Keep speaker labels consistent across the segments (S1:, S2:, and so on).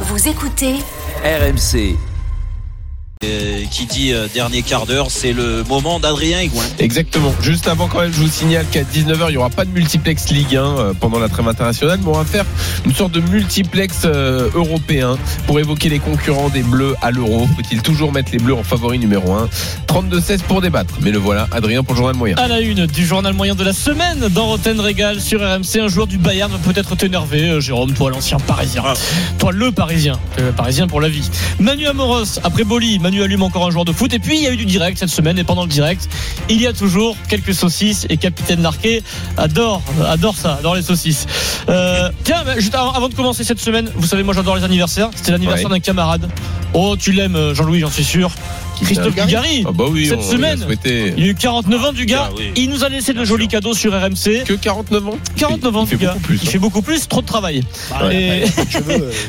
S1: Vous écoutez
S2: RMC.
S3: Euh, qui dit euh, dernier quart d'heure, c'est le moment d'Adrien Higuain.
S4: Exactement. Juste avant, quand même, je vous signale qu'à 19h, il n'y aura pas de multiplex Ligue 1 euh, pendant la trêve internationale, mais on va faire une sorte de multiplex euh, européen pour évoquer les concurrents des Bleus à l'Euro. Faut-il toujours mettre les Bleus en favori numéro 1 32-16 pour débattre. Mais le voilà, Adrien pour le journal moyen.
S5: À la une du journal moyen de la semaine dans Roten Régal sur RMC, un joueur du Bayern va peut-être t'énerver, euh, Jérôme, toi l'ancien parisien. Toi le parisien, Euh, parisien pour la vie. Manu Amoros, après Boli, Manu allume encore un joueur de foot. Et puis il y a eu du direct cette semaine, et pendant le direct, il y a toujours quelques saucisses. Et Capitaine Larquet adore, adore ça, adore les saucisses. Euh, tiens, bah, juste avant avant de commencer cette semaine, vous savez, moi j'adore les anniversaires. C'était l'anniversaire
S4: Ouais.
S5: d'un camarade. Oh, tu l'aimes, euh, Jean-Louis, j'en suis sûr. Christophe Dugarry.
S4: Ah bah oui,
S5: Cette
S4: on l'a
S5: semaine.
S4: souhaité.
S5: Il a eu 49 ans du gars.
S3: Ah oui.
S5: Il nous a laissé de
S3: Bien
S5: jolis
S3: sûr.
S5: cadeaux sur RMC.
S4: Que 49 ans
S5: 49 ans
S4: Il fait
S5: du gars.
S4: beaucoup plus,
S5: Il
S4: hein. Bah,
S5: fait beaucoup plus, trop de travail. Et-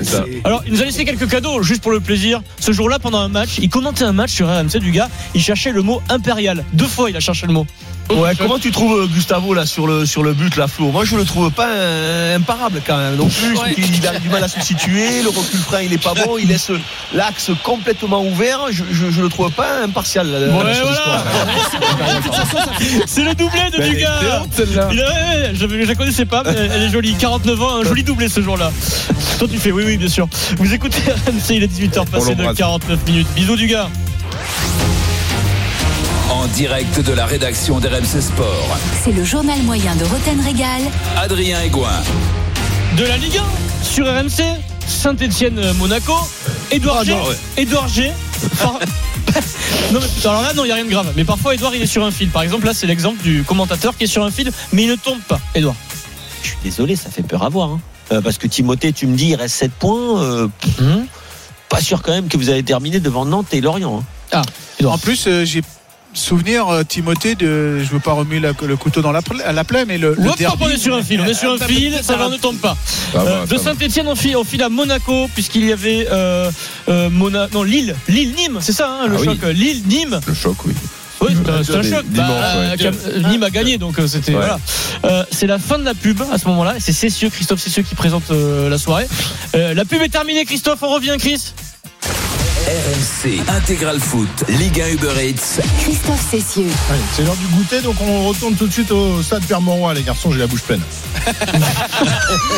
S4: ça.
S5: Alors, il nous a laissé quelques cadeaux juste pour le plaisir. Ce jour-là, pendant un match, il commentait un match sur RMC du gars. Il cherchait le mot impérial. Deux fois, il a cherché le mot.
S6: Ouais, comment tu trouves euh, Gustavo là sur le sur le but là Flo Moi je le trouve pas euh, imparable quand même non plus. Il a du mal à se situer, le recul frein il est pas bon, il laisse l'axe complètement ouvert. Je, je, je le trouve pas impartial. là,
S5: Ouais,
S6: là, sur
S5: voilà. C'est le doublé
S4: Bah,
S5: de
S4: Elle est
S5: Dugas.
S4: excellente, celle-là.
S5: Il a- ouais, ouais, je ne la connaissais pas, mais elle est jolie. 49 ans, un joli doublé ce jour-là. Toi, tu fais oui, oui, bien sûr. Vous écoutez RMC, il est 18h passé de
S4: l'embrasse.
S5: 49 minutes. Bisous, du gars.
S2: En direct de la rédaction d'RMC Sport.
S1: C'est le journal moyen de Roten Régal.
S2: Adrien Aigouin.
S5: de la Ligue 1 sur RMC, Saint-Etienne-Monaco,
S4: Ah,
S5: Edouard euh, G. Edouard G. par- non, mais, alors là, non, il n'y a rien de grave. Mais parfois, Edouard, il est sur un fil. Par exemple, là, c'est l'exemple du commentateur qui est sur un fil, mais il ne tombe pas. Edouard.
S7: Je suis désolé, ça fait peur à voir. hein. Euh, parce que Timothée, tu me dis, il reste 7 points. euh, pff,
S8: Hmm.
S7: Pas sûr quand même que vous avez terminé devant Nantes et Lorient. hein.
S9: En plus, euh, j'ai souvenir, euh, Timothée, de, je veux pas remuer la- le couteau dans la, pla- à la plaie, mais le, le
S5: Hop, hop,
S9: derby-
S5: on est sur un fil, on est sur un fil, ça va, on ne tombe pas.
S4: Ah, Ça va,
S5: Euh,
S4: ça
S5: de
S4: va.
S5: Saint-Etienne, on file, on file à Monaco, puisqu'il y avait euh, euh, Mona- non, Lille, Lille-Nîmes, c'est ça, hein, le
S4: Ah oui.
S5: choc. Lille-Nîmes,
S4: Le choc, oui.
S5: Oui, c'est un- c'est un
S4: Des-
S5: choc.
S4: des
S5: Bah,
S4: manches, ouais.
S5: euh, Cam- euh, Nîmes a gagné, donc euh, c'était.
S4: Ouais.
S5: Voilà. Euh, c'est la fin de la pub à ce moment-là. et C'est Cessieux, Christophe Cessieux qui présente euh, la soirée. Euh, la pub est terminée, Christophe. On revient, Chris.
S2: RMC Intégral Foot. Ligue 1 Uber Eats.
S1: Christophe Cessieux.
S8: Allez, c'est l'heure du goûter, donc on retourne tout de suite au stade Pierre-Mauroy. Les garçons, j'ai la bouche pleine.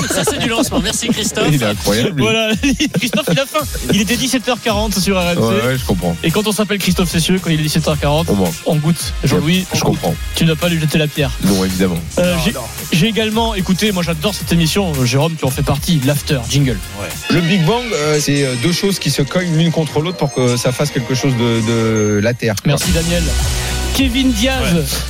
S10: Ça, c'est du lancement. Merci, Christophe.
S4: Il est incroyable. lui.
S5: Voilà, Christophe, il a faim. Il était 17h40 sur RMC.
S4: Ouais, ouais, je comprends.
S5: Et quand on s'appelle Christophe Cessieux, quand il est 17h40,
S4: On mange.
S5: on goûte. Jean-Louis, on
S4: Je
S5: goûte.
S4: comprends.
S5: tu n'as pas lui jeter la pierre.
S4: Non, évidemment.
S5: Euh, j'ai- J'ai également écouté, moi j'adore cette émission, euh, Jérôme, tu en fais partie, l'after, jingle.
S11: Le Big Bang, euh, c'est euh, deux choses qui se cognent l'une contre l'autre pour que ça fasse quelque chose de, de la Terre. quoi.
S5: Merci Daniel. Kevin Diaz,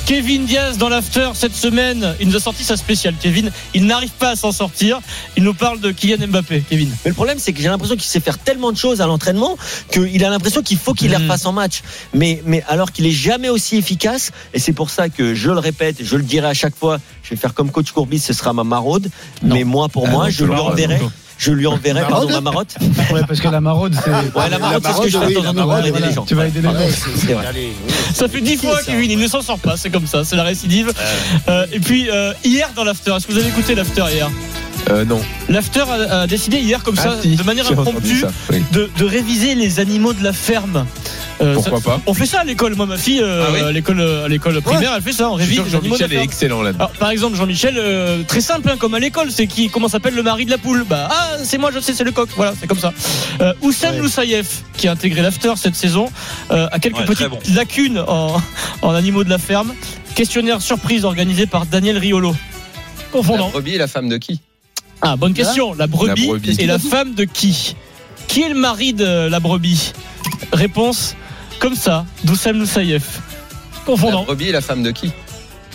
S5: Kevin Diaz dans l'after cette semaine, il nous a sorti sa spéciale. Kevin, il n'arrive pas à s'en sortir. Il nous parle de Kylian Mbappé. Kevin,
S7: Mais le problème, c'est que j'ai l'impression qu'il sait faire tellement de choses à l'entraînement qu'il a l'impression qu'il faut qu'il les
S8: Hmm.
S5: Mhm.
S7: refasse en match. Mais, mais alors qu'il est jamais aussi efficace. Et c'est pour ça que je le répète, je le dirai à chaque fois. Je vais faire comme coach Courbis, ce sera ma maraude. Mais moi, pour
S4: Ah
S7: moi,
S4: non,
S7: je
S4: tu
S7: lui
S4: l'auras,
S7: enverrai. Je lui enverrai, pardon,
S8: Maraude
S7: ma marotte.
S8: parce que la maraude, c'est.
S7: Ouais, la marotte, c'est ce que je fais
S8: oui,
S7: de temps en
S8: la
S7: temps pour
S8: maraude,
S7: aider les gens.
S8: Tu vas aider les gens.
S7: C'est vrai.
S5: ça fait dix fois Kevin, il ne s'en sort pas. C'est comme ça, c'est la récidive. Euh, et puis euh, hier dans l'after, est-ce que vous avez écouté l'after hier
S4: Euh, non.
S5: L'after a, a décidé hier comme ça,
S4: Ah, si,
S5: de manière
S4: j'ai entendu
S5: impromptue,
S4: ça, oui.
S5: de, de réviser les animaux de la ferme. Euh, ça-
S4: Pourquoi pas
S5: on fait ça à l'école, moi ma fille, euh,
S4: Ah oui
S5: à l'école, à l'école primaire, elle fait ça, on
S4: Je suis
S5: révise
S4: sûr que
S5: les animaux de la
S4: Jean-Michel est
S5: ferme.
S4: excellent là-dedans.
S5: Alors, par exemple, Jean-Michel, euh, très simple, hein, comme à l'école, c'est qui, comment s'appelle le mari de la poule Bah, ah, c'est moi, je sais, c'est le coq. Voilà, c'est comme ça. Euh, Oussam Loussaïef, qui a intégré l'after cette saison, euh, a quelques
S3: Ouais, très
S5: petites
S3: bon.
S5: lacunes en, en animaux de la ferme. Questionnaire surprise organisé par Daniel Riolo.
S11: La
S5: Confondant.
S11: brebis et la femme de qui
S5: Ah, bonne question. La brebis,
S4: La brebis.
S5: et la femme de qui Qui est le mari de la brebis Réponse comme ça, d'Oussam Loussaïef.
S11: La
S5: Confondant.
S11: brebis et la femme de qui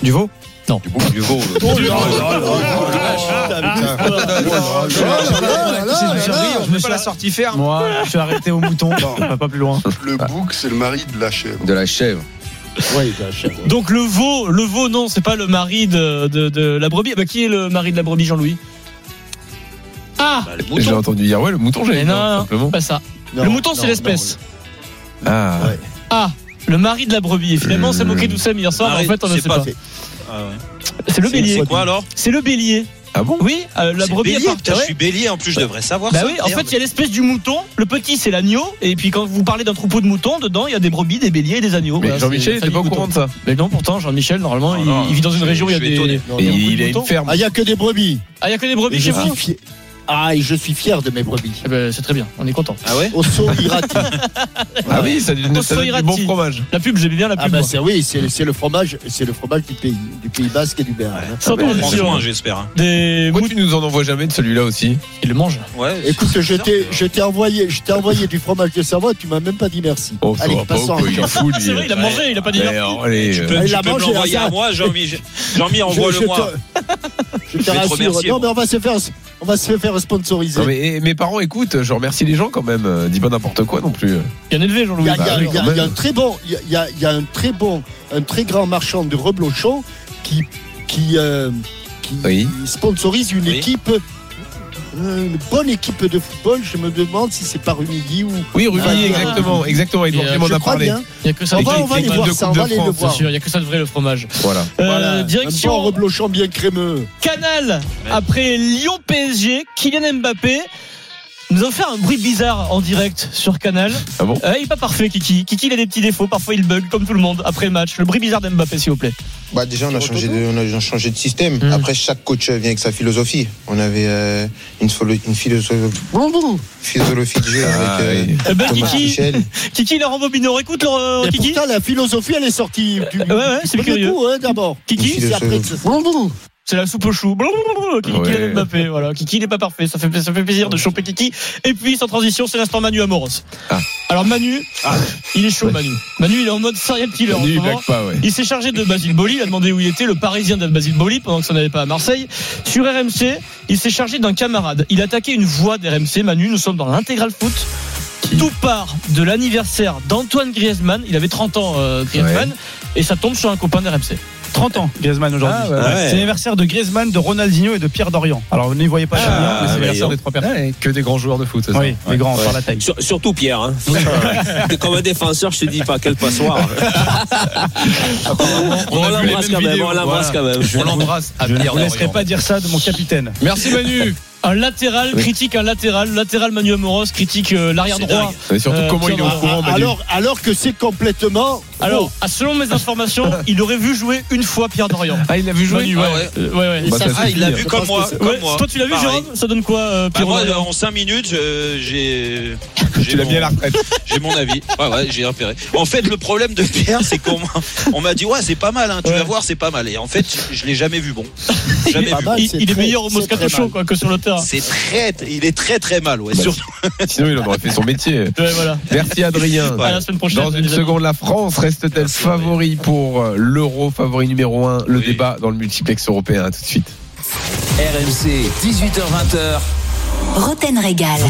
S5: Du veau
S11: Du bout du veau.
S4: euh,
S11: l'autre.
S5: Oh,
S8: Je me suis la sortie ferme. Moi, je suis arrêté au mouton. On va pas plus loin.
S12: Le
S6: Ah.
S12: bouc, c'est le mari de la chèvre.
S11: De la chèvre.
S5: Donc le veau, le veau, non, c'est pas le mari de, de, de la brebis. Bah, qui est le mari de la brebis, Jean-Louis Ah
S3: Bah, le
S4: J'ai
S3: mouton.
S4: entendu dire, ouais, le mouton,
S5: Mais
S4: j'ai
S5: non, non,
S4: simplement.
S5: Pas ça. le mouton, c'est l'espèce.
S4: Ah,
S8: Ouais.
S5: Ah le mari de la brebis. Et finalement, on s'est moqué d'Oussam hier soir, mais en
S3: Mari,
S5: fait, on ne
S3: c'est
S5: sait
S3: pas-
S5: pas.
S3: Ah ouais.
S5: C'est le bélier.
S3: C'est quoi alors
S5: C'est le bélier.
S4: Ah bon
S5: Oui, euh, la
S3: C'est
S5: brebis
S3: bélier,
S5: est par
S3: putain,
S5: ouais.
S3: Je suis bélier en plus, je devrais savoir
S5: Bah
S3: ça.
S5: oui, en
S3: merde.
S5: fait, il y a l'espèce du mouton. Le petit, c'est l'agneau. Et puis, quand vous parlez d'un troupeau de moutons, dedans, il y a des brebis, des béliers et des agneaux.
S4: Mais
S5: Voilà,
S4: Jean-Michel
S5: c'est
S4: était pas au
S5: famille
S4: courant de
S5: mouton.
S4: ça.
S5: Mais non, pourtant, Jean-Michel, normalement, il-
S4: non,
S5: il vit dans une
S4: je-
S5: région où il y a
S4: je vais
S5: des.
S4: étonner.
S5: non,
S4: Il-
S5: beaucoup de
S4: il a une
S5: moutons.
S4: ferme.
S5: Ah,
S10: Ah, il n'y a que des brebis.
S5: il y a que des brebis
S10: Et
S5: chez
S10: je
S5: vous
S10: suis fier- Ah, et je suis fier de mes brebis.
S5: Eh ben, C'est très bien, on est content.
S3: Ah ouais
S10: Au saut irati.
S4: Ah oui, ça, donne- ça donne du bon
S5: Tossoirati.
S4: fromage.
S5: La pub, j'aimais bien la
S10: Ah
S5: pub.
S10: bah
S5: moi.
S10: c'est oui, c'est c'est le fromage, c'est le fromage du pays, du Pays Basque et du Béarn. hein.
S5: Sans
S3: On prend
S5: transition.
S3: soin, j'espère. hein.
S5: Des
S4: Pourquoi tu nous en envoies jamais de celui-là aussi
S5: Il le mange.
S3: Ouais,
S10: Écoute,
S3: c'est
S10: je
S3: bizarre, hein.
S10: t'ai,
S3: mais-
S10: je t'ai envoyé, je t'ai envoyé du fromage de Savoie, tu m'as même pas dit merci.
S5: Ah,
S4: Oh, ça
S10: Allez,
S4: va pas,
S10: passons.
S4: il est fou, lui.
S5: C'est vrai, il a mangé, il a pas dit.
S4: Mais alors, allez,
S3: Tu
S4: euh,
S3: peux,
S10: Il
S3: tu
S10: l'a
S3: peux me
S10: mangé,
S3: l'envoyer
S10: hasard.
S3: à moi, Jean-Mi. Je- Jean-Mi,
S10: Je- je
S3: envoie-le-moi.
S10: te- Je
S3: Je vais te
S10: te rassure.
S3: remercier,
S10: Non,
S3: moi.
S10: mais on va se faire, on va se faire sponsoriser.
S4: non, mais, eh, mes parents écoutent, je remercie les gens quand même. euh, Dis pas n'importe quoi non plus.
S5: Bien élevé,
S10: Il y
S5: Jean-Louis.
S10: a, il y a-
S4: oui,
S10: il y a-
S4: quand
S10: il y a
S4: même.
S10: un très bon, il y a- il y a, il y a un très bon, un très grand marchand de reblochon qui, qui, euh, qui
S4: Oui.
S10: sponsorise une
S3: Oui.
S10: équipe, une bonne équipe de football. Je me demande si c'est par Unigui ou.
S4: Oui, Ruby,
S10: Ah,
S4: exactement, exactement. Il
S5: Et, euh,
S4: m'en
S10: je
S4: a
S10: crois
S4: parlé.
S10: bien.
S5: Il y a que ça.
S10: On
S5: de
S10: va,
S5: vrai,
S10: on va aller
S4: l'équipe
S10: voir
S4: de
S10: ça, on
S4: Coupe de
S10: va aller le
S4: France,
S5: bien
S10: voir.
S5: sûr, il y a que ça de vrai le fromage.
S4: Voilà.
S5: Euh,
S10: Voilà,
S5: direction.
S10: Un bon reblochon bien crémeux.
S5: Canal
S3: Ouais.
S5: après Lyon PSG, Kylian Mbappé. Nous avons fait un bruit bizarre en direct sur Canal.
S4: Ah bon
S5: Euh, il est pas parfait, Kiki. Kiki, il a des petits défauts. Parfois, il bug comme tout le monde après match. Le bruit bizarre d'Mbappé, s'il vous plaît.
S13: Bah déjà, on a, changé de, on, a, on a changé de système.
S5: Mm.
S13: Après, chaque coach euh, vient avec sa philosophie. On avait euh, une, philo- une philosophie, philosophie de jeu
S4: Ah,
S13: avec euh,
S4: oui.
S5: Eh ben,
S13: Thomas
S5: Kiki,
S13: Michel.
S5: Kiki, Laurent Bobino, écoute, Laurent-
S10: bah, Et
S5: Kiki.
S10: pourtant, la philosophie, elle est sortie. Du,
S5: ouais, ouais,
S10: du
S5: c'est
S10: premier
S5: curieux.
S10: coup, hein, d'abord.
S5: Kiki,
S10: C'est après que ça-
S5: c'est la soupe au chou. Blablabla, Kiki,
S4: Ouais.
S5: Kylian Mbappé, voilà. Kiki, il est pas parfait. Ça fait, ça fait plaisir de choper Kiki. Et puis, sans transition, c'est l'instant Manu Amoros.
S4: Ah.
S5: Alors, Manu, il est chaud, Manu. Manu, il Ah, est en mode serial killer en
S4: Lui,
S5: ce
S4: il
S5: moment.
S4: blague pas, ouais. Ah,
S5: Il s'est chargé de Basile Boli, il a demandé où il était, le parisien de Basile Boli, pendant que ça n'allait pas à Marseille. Sur RMC, il s'est chargé d'un camarade. Il a attaqué une voix d'RMC, Manu, nous sommes dans l'intégral foot. Tout part de l'anniversaire d'Antoine Griezmann, il avait 30 ans euh, Griezmann, et ça tombe sur un copain d'RMC.
S14: 30 ans, Griezmann aujourd'hui.
S4: Ah, ouais, ouais.
S14: C'est l'anniversaire de Griezmann, de Ronaldinho et de Pierre Dorian. Alors, ne les voyez pas chez
S4: Ah,
S14: moi, mais c'est
S4: bah,
S14: l'anniversaire
S4: dis
S14: des trois personnes.
S4: Que des grands joueurs de foot.
S14: Oui, les grands par la taille.
S15: Eh, Sur- surtout Pierre. Hein. T'es comme un défenseur, je te dis pas quel passoire. hein. on
S4: a vu les
S15: l'embrasse
S4: mêmes
S15: quand même,
S4: vidéos,
S15: on l'embrasse quand même.
S4: On l'embrasse à
S14: Je ne
S4: Pierre
S14: vous laisserai
S4: Dorian.
S14: pas dire ça de mon capitaine.
S4: Merci Manu.
S5: Un latéral
S4: Oui.
S5: critique un latéral, latéral Manu Amoros critique euh, l'arrière
S15: C'est
S5: droit.
S15: dingue.
S4: Mais surtout,
S5: Euh,
S4: comment il est
S5: Pierre
S4: au courant, Manu
S10: Alors, alors que c'est complètement.
S5: Alors, ah, selon mes informations, il aurait vu jouer une fois Pierre Dorian.
S4: Ah, il l'a vu jouer
S5: Manu,
S3: Ah ouais.
S5: Euh, ouais, ouais.
S10: Et
S4: Bah,
S10: ça,
S4: ça,
S10: c'est
S3: Ah, il l'a
S10: pire.
S3: vu
S10: Je
S3: comme
S10: pense
S3: moi.
S10: que c'est-
S3: Comme
S5: Ouais,
S3: moi.
S5: Toi, tu l'as vu,
S3: Pareil.
S5: Jérôme Ça donne quoi, euh,
S3: Bah,
S5: Pierre
S3: moi,
S5: Dorian
S3: en 5 minutes, euh, j'ai.
S4: Tu
S3: j'ai
S4: l'as
S3: mon-
S4: bien la retraite.
S3: J'ai mon avis. Ouais, ouais, j'ai repéré. En fait, le problème de Pierre, c'est qu'on m'a- on m'a dit, ouais, c'est pas mal, hein, tu
S5: Ouais.
S3: vas voir, c'est pas mal. Et en fait, je l'ai jamais vu bon. Jamais
S10: Pas
S3: vu.
S10: mal,
S5: il,
S10: c'est
S5: il est
S10: très-
S5: meilleur au
S10: c'est
S5: Moscato
S10: très
S5: Show
S10: mal.
S5: quoi, que sur le terrain.
S3: C'est très, il est très très mal, ouais.
S4: Bah,
S3: surtout.
S4: Sinon, il en aurait fait son métier.
S5: Ouais, voilà.
S4: Merci Adrien.
S5: À la semaine prochaine.
S4: Dans une
S5: les amis.
S4: seconde, la France reste-t-elle
S3: Merci,
S4: favori pour euh, l'euro, favori numéro 1 Le
S3: Oui.
S4: débat dans le multiplex européen. À tout de suite.
S2: RMC, 18h20h.
S1: Roten Régal.